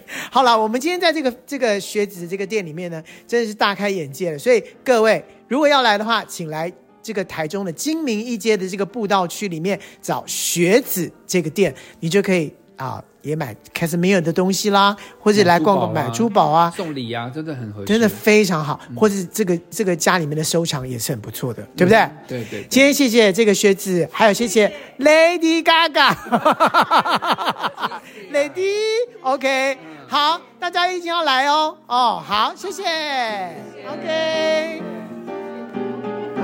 (laughs) 好了，我们今天在这个这个学子这个店里面呢，真的是大开眼界了。所以各位如果要来的话，请来这个台中的金明一街的这个步道区里面找学子这个店，你就可以啊、也买 Casimir 的东西啦，或者来逛逛买买珠珠宝啊，送礼啊，真的很合适，真的非常好。或者这个这个家里面的收藏也是很不错的，对不嗯对？对对对。今天谢谢这个靴子，还有谢谢 Lady Gaga，Lady OK，好，大家一定要来哦，哦，好，谢谢，OK。嗯。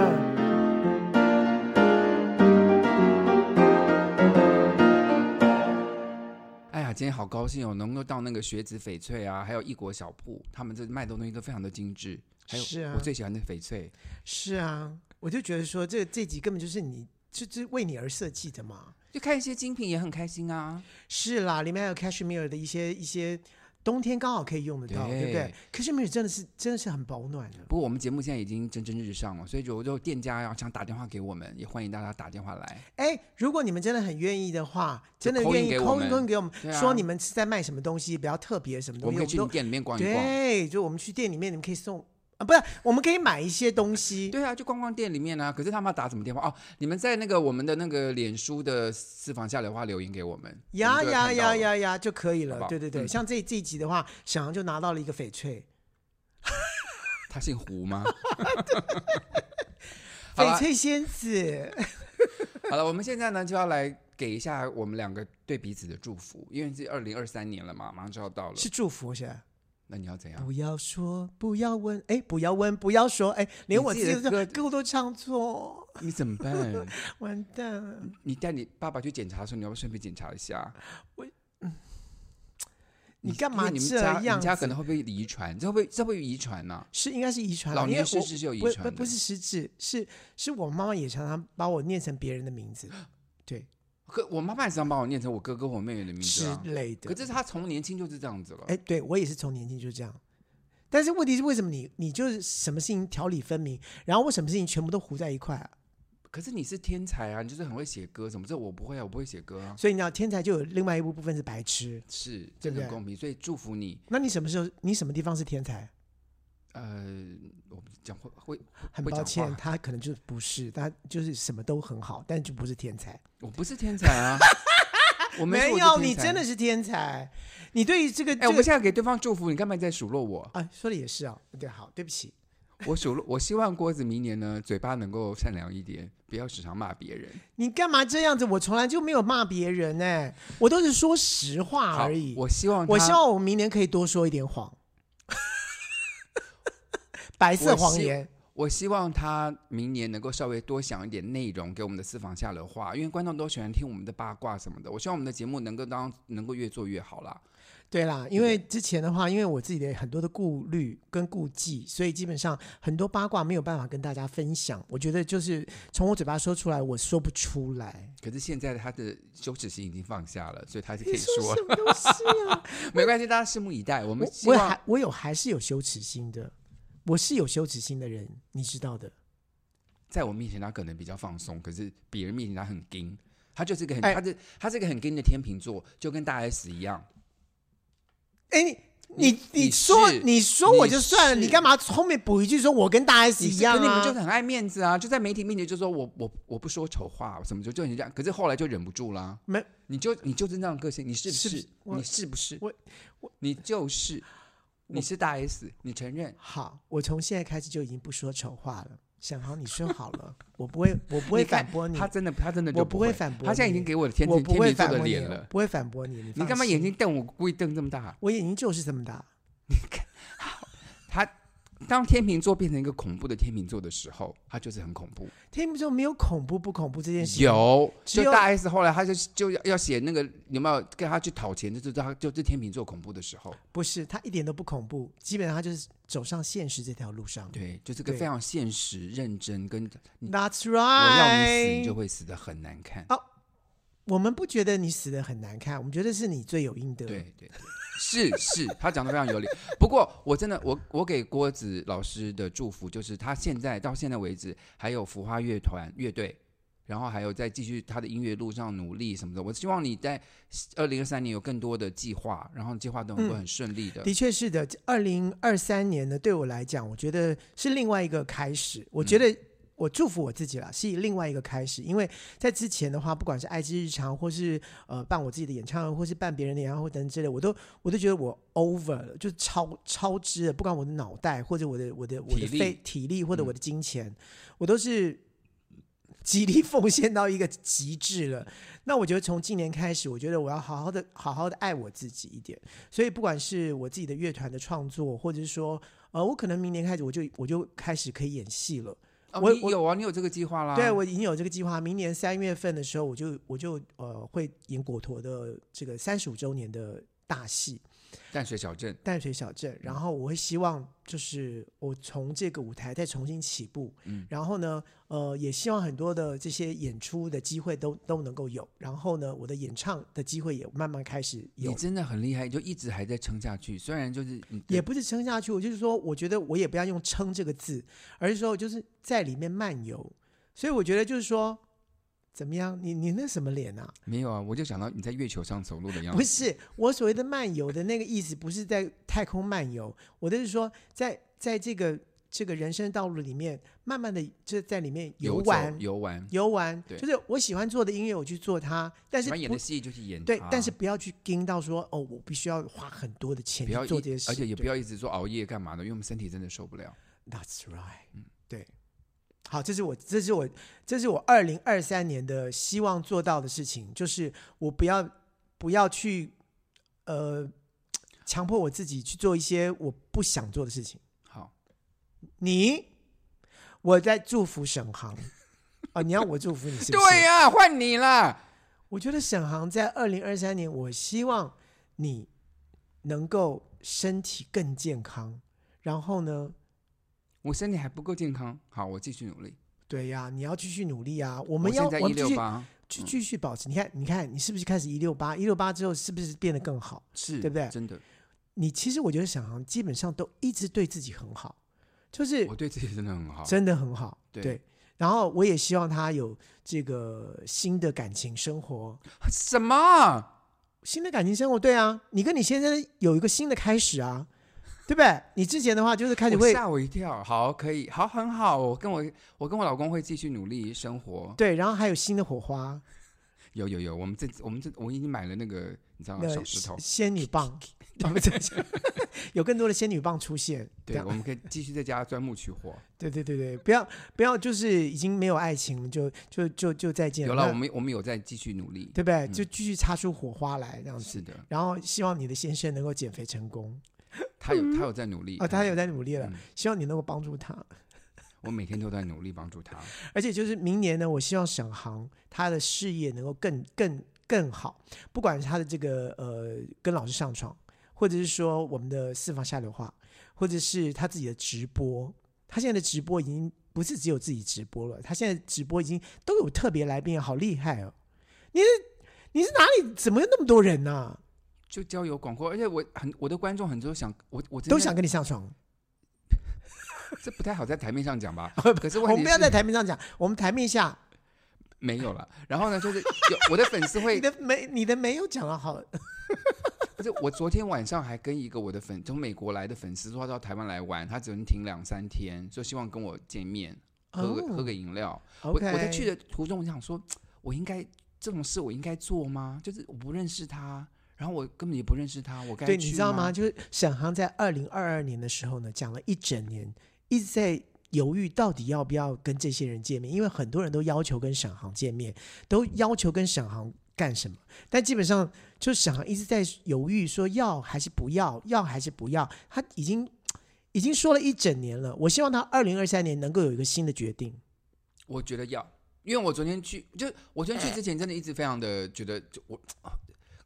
哎呀，今天好高兴哦，能够到那个学子翡翠啊，还有异国小铺，他们这卖的东西都非常的精致。还有是啊我最喜欢的翡翠，是啊，我就觉得说这这集根本就是你，这这为你而设计的嘛。就看一些精品也很开心啊。是啦，里面还有 cashmere 的一些一些。冬天刚好可以用得到，对对不对？Cashmere 真的是真的是很保暖的。不过我们节目现在已经蒸蒸日上了，所以如果就店家要想打电话给我们，也欢迎大家打电话来。哎，如果你们真的很愿意的话，真的就 call 愿 in 意给扣我一们扣给我们，对啊说你们是在卖什么东西，比较特别什么我东西，们可以去嗯都你店里面逛一逛。对，就我们去店里面，你们可以送啊，不是，我们可以买一些东西。对啊，就逛逛店里面啊。可是他们要打什么电话哦？你们在那个我们的那个脸书的私房下流话留言给我们。我呀们就会呀看到呀了！呀呀，就可以了。好不好对对对，嗯像这这一集的话，小杨就拿到了一个翡翠，他姓胡 (laughs) 吗？好翡了翠仙子。哎好了，我们现在呢就要来给一下我们两个对彼此的祝福，因为是二零二三年了嘛，马上就要到了是。祝福是吧？那你要怎样？不要说，不要问，哎，不要问，不要说，哎，连我自你自己己的的歌歌歌都唱错，你怎么办？完蛋了。你带你爸爸去检查的时候，你要不要顺便检查一下？你干嘛因为你这们家你样们子？家可能会不会遗传？这会不会这会不会遗传啊呐、是应该是遗传，老因为年失我智是有遗不传的不不是失智，是是我妈妈也常常把我念成别人的名字，对可我妈妈也是想把我念成我哥哥或我妹妹的名字之啊。类的可。是她从年轻就是这样子了。哎，对我也是从年轻就这样，但是问题是为什么你你就是什么事情条理分明，然后我什么事情全部都糊在一块啊？可是你是天才啊，你就是很会写歌什么，这我不会啊，我不会写歌啊。所以你知道天才就有另外一部分是白痴。是，对这不个对很公平，所以祝福你。那你什么时候你什么地方是天才？呃，我们讲会会，很会抱讲歉话，他可能就不是，他就是什么都很好，但就不是天才。 (laughs) 我不是天才啊，我们是没我有，天你才真的是天才。你对于这个，哎，这我们个现在给对方祝福，你干嘛在数落我？啊，说的也是啊，对，好，对不起， (laughs) 我数落，我希望郭子明年呢，嘴巴能够善良一点，不要时常骂别人。你干嘛这样子？我从来就没有骂别人哎、我都是说实话好而已。我希望我他希望我明年可以多说一点谎， (laughs) 白色我谎希言。我希望他明年能够稍微多想一点内容给我们的私房下流话，因为观众都喜欢听我们的八卦什么的。我希望我们的节目能够当能够越做越好啦。对啦，因为之前的话，因为我自己的很多的顾虑跟顾忌，所以基本上很多八卦没有办法跟大家分享。我觉得就是从我嘴巴说出来，我说不出来。可是现在他的羞耻心已经放下了，所以他是可以说说什，么东西啊？没关系，大家拭目以待。我们我希我望还我有还是有羞耻心的，我是有羞耻心的人，你知道的。在我面前他可能比较放松，可是别人面前他很硬，他就是一个很、哎他是他是一个很硬的天秤座，就跟大 S 一样。哎，你你你说是你说我你就算了，是你干嘛后面补一句说我跟大 S 你是一样、啊？可你们就是很爱面子啊，就在媒体面前就说我我我不说丑话，什么就就很这样。可是后来就忍不住啦，没你就你就是那样个性，你是不是不是？是我你是不是？我我你就是你是大 S，你承认？好，我从现在开始就已经不说丑话了。想好你说好了，我不会，我不会你看反驳你，他真的他真的就我不会反驳你。他现在已经给我的天我秤不天会秤座反的驳你，脸我了，不会反驳你。你你放干嘛心眼？睛瞪我？故意瞪这么大？我眼睛就是这么大。他当天秤座变成一个恐怖的天秤座的时候，他就是很恐怖。天秤座没有恐怖不恐怖这件事情，有，只就有大 S 后来他就就要要写那个有没有跟他去讨钱，就是他就是天秤座恐怖的时候。不是他一点都不恐怖，基本上他就是走上现实这条路上。对，就是个对非常现实、认真，跟你 That's 我 right。要你死，你就会死的很难看。啊我们不觉得你死的很难看，我们觉得是你罪有应得。对对对，是是，他讲的非常有理。不过我真的，我我给郭子老师的祝福就是，他现在到现在为止还有浮花乐团乐队。然后还有在继续他的音乐路上努力什么的，我希望你在二零二三年有更多的计划，然后计划都能够嗯很顺利的。的确是的，二零二三年呢，对我来讲，我觉得是另外一个开始。我嗯觉得我祝福我自己啦，是以另外一个开始。因为在之前的话，不管是爱之日常，或是呃办我自己的演唱会，或是办别人的演唱会等等之类，我都我都觉得我 over 了，就是超超支了。不管我的脑袋，或者我的我的我的体力嗯肺体力，或者我的金钱，我都是 (laughs) 极力奉献到一个极致了。那我觉得从今年开始，我觉得我要好好的、好好的爱我自己一点。所以不管是我自己的乐团的创作，或者是说，呃，我可能明年开始我就我就开始可以演戏了。哦我你我有啊，你有这个计划啦。对我已经有这个计划，明年三月份的时候，我就我就呃会演果陀的这个三十五周年的大戏。淡水小镇，淡水小镇，嗯然后我会希望就是我从这个舞台再重新起步，嗯然后呢，呃，也希望很多的这些演出的机会都都能够有，然后呢，我的演唱的机会也慢慢开始有你，真的很厉害，就一直还在撑下去。虽然就是你的也不是撑下去，我就是说，我觉得我也不要用“撑”这个字，而是说就是在里面漫游，所以我觉得就是说，怎么样？你你那什么脸啊？没有啊，我就想到你在月球上走路的样子。不是我所谓的漫游的那个意思，不是在太空漫游，我的是说在在这个这个人生道路里面，慢慢的就在里面游游走玩游玩，游玩，对就是我喜欢做的音乐，我去做它，但喜是欢演的不戏就啊去演它，对，但是不要去盯到说哦，我必须要花很多的钱去不要做一这些事，而且也对不要一直说熬夜干嘛的，因为我们身体真的受不了。 That's right，对。嗯好，这是我，这是我，这是我二零二三年的希望做到的事情，就是我不要不要去呃强迫我自己去做一些我不想做的事情。好，你，我在祝福沈航。哦，你要我祝福你是不是？ (laughs) 对、呀、换你啦。我觉得沈航在二零二三年，我希望你能够身体更健康，然后呢，我身体还不够健康，好，我继续努力。对呀、你要继续努力啊！我我们要现在我一们继六续八，继继续保持。你看，你看，你是不是开始一六八？一六八之后是不是变得更好？是，对不对真的，你其实我觉得小航基本上都一直对自己很好，就是我对自己真的很好。真的很好。对然后我也希望他有这个新的感情生活，什么？新的感情生活。对啊，你跟你先生有一个新的开始啊，对不对？你之前的话就是开始我会吓我一跳。好，可以，好，很好。我跟我我跟我老公会继续努力生活。啊对，然后还有新的火花，有有有，我们这我们这我已经买了那个你知道吗？那小石头，仙女 (laughs) 棒，哦不是有更多的仙女棒出现。这对，样我们可以继续在家钻木取火。对对对对，不要不要，就是已经没有爱情，就就就就再见。有了，那我们我嗯们有在继续努力。对不对？就继续擦出火花来这样子。是的，然后希望你的先生能够减肥成功他有他有在努力哦，他有在努力了嗯，希望你能够帮助他。我每天都在努力帮助他。而且就是明年呢，我希望沈航他的事业能够更更更好，不管是他的这个呃跟老师上床，或者是说我们的私房下流话，或者是他自己的直播，他现在的直播已经不是只有自己直播了，他现在直播已经都有特别来宾，好厉害哦！你是你是哪里怎么有那么多人呢、啊就交友广阔，而且我很我的观众很多想我我真的都想跟你上床。这不太好在台面上 (laughs) 讲吧？可是哦我问们题不要在是台面上讲，我们台面下没有了。然后呢，就是有我的粉 (laughs) 丝会你的没你的没有讲的好，不是，我昨天晚上还跟一个我的粉从美国来的粉丝说，他到台湾来玩，他只能停两三天，说希望跟我见面，喝个、哦喝个饮料。我 OK，我在去的途中，我想说，我应该这种事我应该做吗？就是我不认识他，然后我根本也不认识他，我该对，去你知道吗？？就是沈航在二零二二年的时候呢，讲了一整年，一直在犹豫到底要不要跟这些人见面，因为很多人都要求跟沈航见面，都要求跟沈航干什么，但基本上就沈航一直在犹豫，说要还是不要，要还是不要，他已经已经说了一整年了。我希望他二零二三年能够有一个新的决定。我觉得要，因为我昨天去，就我昨天哎去之前真的一直非常的觉得，就我，啊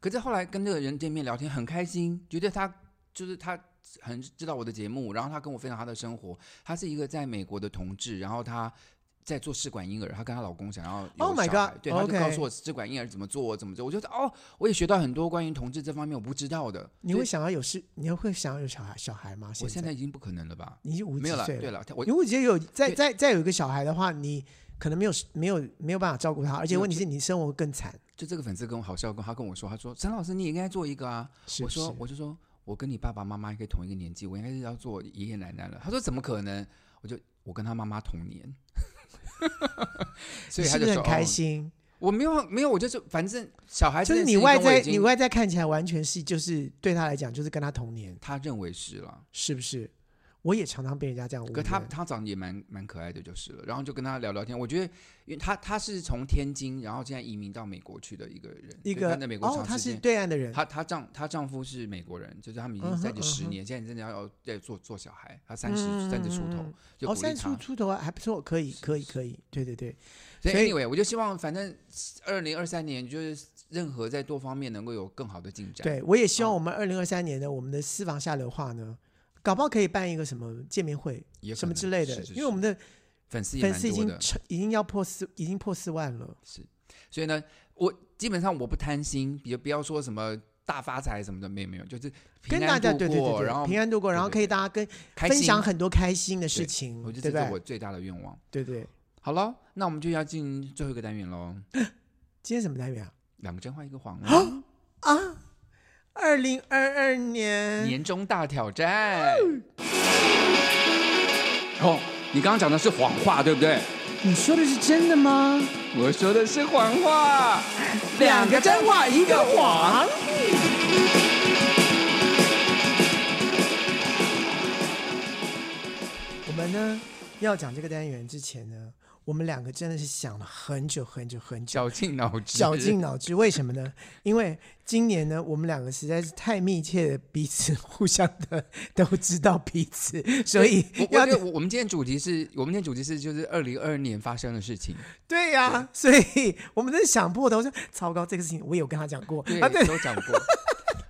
可是后来跟这个人见面聊天很开心，觉得他就是他很知道我的节目，然后他跟我分享他的生活，他是一个在美国的同志，然后他。在做试管婴儿，她跟她老公想要有 Oh my 小孩 God，对，她就 OK 告诉我试管婴儿怎么做，怎么做，我就说哦，我也学到很多关于同志这方面我不知道的。你所会以想要有事，你会想要有小孩小孩吗？我现现在已经不可能了吧？你已经五没几有了，岁对了，我如果你觉得有再对再再有一个小孩的话，你可能没有没有没有办法照顾他，而且没有问题是你生活更惨。就这个粉丝跟我好笑，跟他跟我说，他说陈老师你也应该做一个啊，是我说是，我就说，我跟你爸爸妈妈应该同一个年纪，我应该是要做爷爷奶奶了。他说怎么可能？我就我跟他妈妈同年， (laughs) 所你以是他就不是很说开、哦心？我没有没有，我就是反正小孩就这是件你事情外跟我在已你经外在看起来完全是就是对他来讲就是跟他同年，他认为是了。是不是？我也常常被人家这样误可会。他他长得也蛮蛮可爱的，就是了。然后就跟他聊聊天，我觉得，因为他他是从天津，然后现在移民到美国去的一个人，一对个他在美国哦，长他时间是，对岸的人，她她丈她丈夫是美国人，就是他们已嗯经哼在一起十嗯哼年，现在真的要要做做小孩，她三十嗯三十出嗯嗯头嗯就哦，鼓励三她。出出头还不错，可以可以可以，对对对，所以所以 anyway，我就希望反正二零二三年就是任何在多方面能够有更好的进展。，对我也希望嗯我们二零二三年呢，我们的私房下流话呢，搞不好可以办一个什么见面会也可什么之能类是的，是因为我是们的粉丝也粉蛮丝已多经的，超已经要破四，已经破四万了。所以呢，我基本上我不贪心，也不要说什么大发财什么的，没有没有，就是跟平大安家度对对对过，对，然后平安度过，然后对对可以大家跟开分心。享很多开心的事情，我觉对得不这是我对？最大的愿望。对对，好了，那我们就要进最后一个单元喽，今天什么单元啊？两个真话一 (gasps) 个谎啊，二零二二年，年终大挑战。哦，你刚刚讲的是谎话，对不对？你说的是真的吗？我说的是谎话， (laughs) 两个真话一个谎。我们呢要讲这个单元之前呢，我们两个真的是想了很久很久很久。绞尽脑汁，绞尽脑汁，为什么呢？因为今年呢，我们两个实在是太密切的彼此 (laughs) 互相的都知道彼此，所以我我 (laughs) 要觉得我我们今天主题是我们今天主题是就是二零二二年发生的 (laughs) 事情，对呀、所以我们在想破头，说糟糕，这个事情我有跟他讲过对，啊，对都讲过。 (laughs)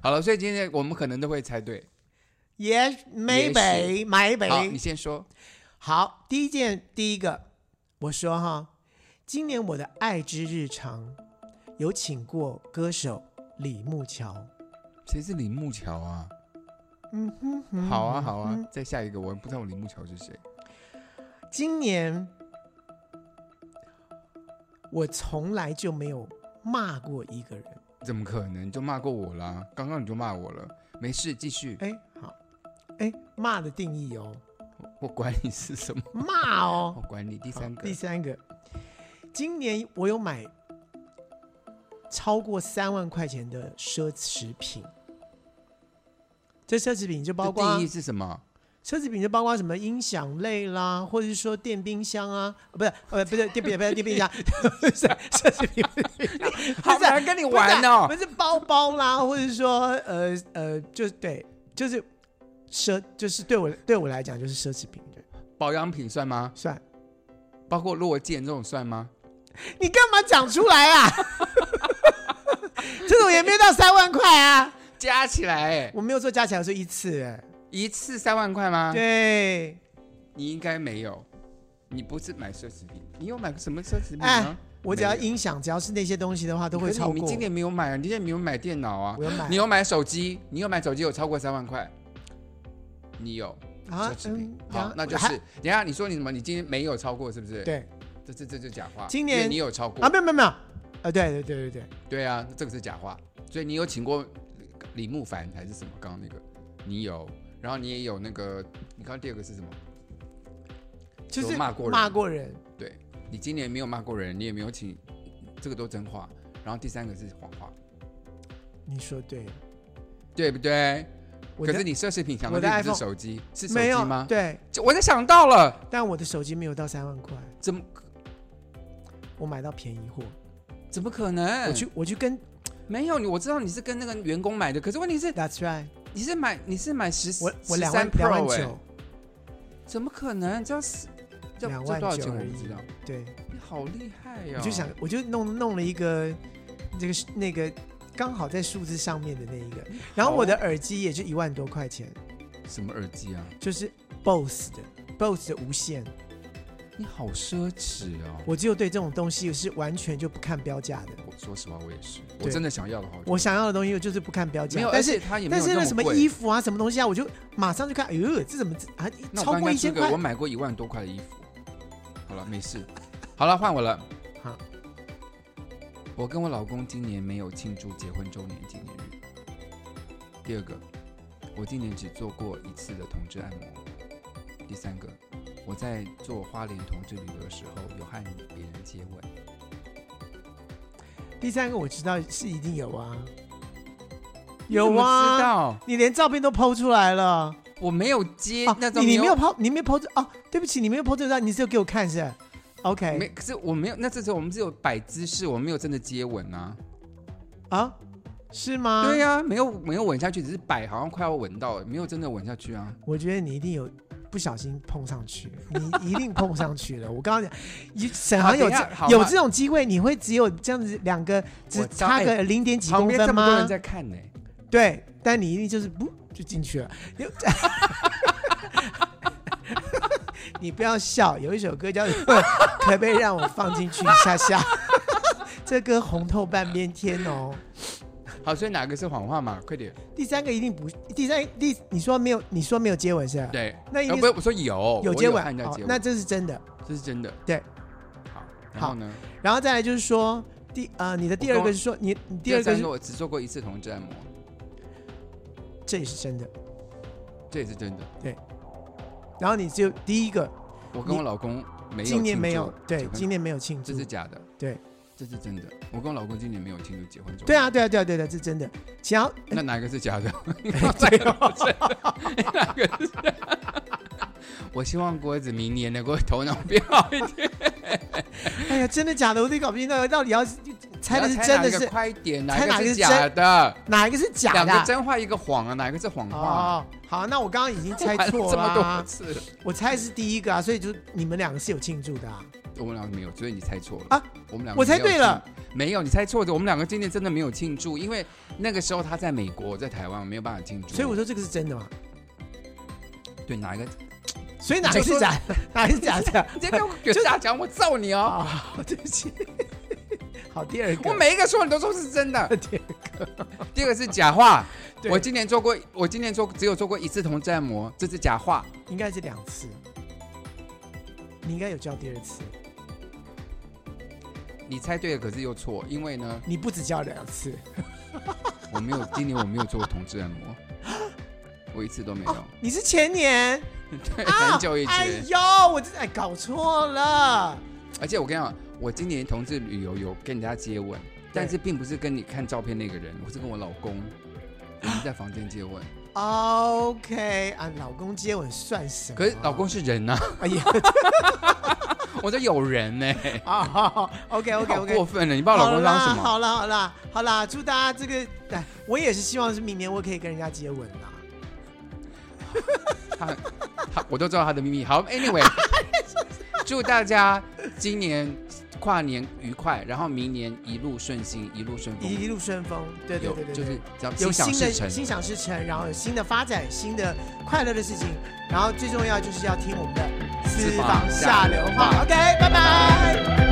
好了，所以今天我们可能都会猜对。 ，Yes maybe 好，你 maybe。先说。好，第一件，第一个，我说哈，今年我的爱之日常有请过歌手李木桥，谁是李木桥啊？嗯哼，好啊，好啊，再下一个，我不知道我李木桥是谁。今年我从来就没有骂过一个人。怎么可能？你就骂过我啦！刚刚你就骂我了，没事，继续。哎，好，哎，骂的定义哦，我管你是什么，骂哦我，管你。第三好个第，三个，今年我有买超过三万块钱的奢侈品。这奢侈品就包这括定义是什 (laughs) 么？奢侈品就包括什么音响类啦，或者是说电冰箱啊，呃不是呃不是电不是不是电冰箱， (laughs) 不是奢侈 (laughs) 品，不是电冰箱好不是啊难跟你玩哦不是不是包包啦，或者说呃呃，就是对，就是奢，就是对我对我来讲就是奢侈品，对，保养品算吗？算。包括落剑这种算吗？你干嘛讲出来 (laughs) 啊？这种也没有到三万块啊！加起来、欸，我没有做加起来，我说一次，哎一次三万块吗？，对，你应该没有，你不是买奢侈品，你有买什么奢侈品哎吗？，我只要没有音响，只要是那些东西的话，都可会是超你过。今年没有买啊，你今年没有买电脑啊我，有买，你有买手机，你有买手机有超过三万块，你有啊奢侈品，嗯然好后，那就还是，等一下你说你什么？你今天没有超过是不是？，对这这这就假话。今年因为你有超过啊，没有没有没有，呃，对对对对对，对啊，这个是假话。所以你有请过李慕凡还是什么？刚刚那个你有，然后你也有那个，你刚刚第二个是什么？就是有骂过人骂过人，对你今年没有骂过人，你也没有请，这个都真话。然后第三个是谎话，你说对了，对不对？我可的是你奢侈品想的我的例子 iPhone- 是手机，是手没机有吗？，对，就我在想到了，但我的手机没有到三万块，怎么我买到便宜货，怎么可能？我去我去跟没有你，我知道你是跟那个员工买的，可是问题是 That's right，你是买你是买十我我十两万三两 Pro 万哎、九，怎么可能？这要十这两这万多少九钱我而不已知道。对，你好厉害哦呀、我就想我就弄弄了一个这个是那个刚好在数字上面的那一个，然后我的耳机也就一万多块钱，什么耳机啊？就是 BOSS 的 BOSS 的无线，你好奢侈哦！我只有对这种东西是完全就不看标价的。我说实话，我也是，对我真的想要的话，我想要的东西我就是不看标价没有，，但而且是它也没但有是那那么什么贵衣服啊，什么东西啊，我就马上就看，哎呦，这怎么这啊那我超刚过刚一说千个块我？买过一万多块的衣服。好了，没事。好了，换我了。好，我跟我老公今年没有庆祝结婚周年纪念日。第二个，我今年只做过一次的同志按摩。第三个，我在做花莲同志旅游的时候有和别人接吻。第三个我知道是一定有啊，你怎有么知啊，道你连照片都剖出来了我没有接啊那！种你你没有剖，你没有剖这哦，对不起，你没有剖这张，你只有给我看是吧没， ？OK 可是我没有。那这时候我们只有摆姿势，我没有真的接吻啊。啊，是吗？对、呀、没有没有吻下去，只是摆，好像快要吻到了，没有真的吻下去啊。我觉得你一定有不小心碰上去，你一定碰上去了。我刚刚讲，你沈好航有等一下这好有嘛这种机会，你会只有这样子两个只我知道差哎个零点几旁公边这分么多吗人？在看呢、对，但你一定就是不就进去了。你 (laughs) 你不要笑，有一首歌叫做《可不可以让我放进去一下下》， (laughs) 这歌红透半边天哦。好，所以哪个是谎话嘛？快点，第三个一定不，第三第你说没有，你说没有接吻是吧？，对，那一呃定不是我说有有我接吻，哦和人家接吻，那这是真的。这是真的。对，好，然后呢？然后再来就是说第啊、你的第二我个跟是说你你第第二个三是个我只做过一次同志按摩，这也是真的。这也是真的。然后你只有第一个，我跟你我老公没有今年没有庆祝对结，婚今年没有庆这祝是，假的，对，这是真的。我跟我老公今年没有庆祝结婚周年对啊，对哎啊，对啊，对啊，这真的。然后那哪个是假的？ (laughs) 对哦，哪个是假的？我希望郭子明年能够头脑变好一点。哎呀，真的假的？我都搞不清楚，到底要是猜的是真的你要猜哪一个是快点，猜哪哪个一个是是假的？哪一个是假两的个啊？真话，一个谎啊，哪个是谎话？哦，好，那我刚刚已经猜 (laughs) 玩了错 (laughs) 这了么多啊，次，我猜是第一个啊，所以就你们两个是有庆祝 (laughs) 的啊。我们两个没有，所以你猜错了啊！我们两个我猜没有对了庆，没有，你猜错的。我们两个今天真的没有庆祝，因为那个时候他在美国，我在台湾，我没有办法庆祝。所以我说这个是真的嘛，对哪一个？所以哪个是假 (laughs) 的？哪个是假的？你 (laughs) 今 (laughs) 天给大讲，我揍你哦！啊，对不起。好，第二个，我每一个说你都说是真 (laughs) 的，第二第二个是假话。对我今年做过，我今年做只有做过一次同志按摩，这是假话。应该是两次，你应该有叫第二次，你猜对了，可是又错，因为呢，你不止叫两次。我没有，今年我没有做过同志按 (laughs) 摩，我一次都没有，你是前年，对，哦啊 (laughs) 很久以哎前。呦，我真哎搞错了。而且我跟你讲，我今年同志旅游有跟人家接吻，但是并不是跟你看照片那个人，我是跟我老 (gasps) 公，我们在房间接吻。 OK 啊，老公接吻算什么？可是老公是人呐、啊 (laughs) 哎呀，我这有人呢、啊，OK 你 OK 好 OK，过分了！你把我老公当什么？好啦，好啦，好啦，好啦，祝大家这个，哎，我也是希望是明年我可以跟人家接吻啦。他他我都知道他的秘密。好，Anyway，祝大家今年跨年愉快，然后明年一路顺心，一路顺风，一路顺风，对对有对对，就是对只要有心想新事的成。心想事成，然后有新的发展，新的快乐的事情，然后最重要就是要听我们的私私房房下下流流话话。OK，拜拜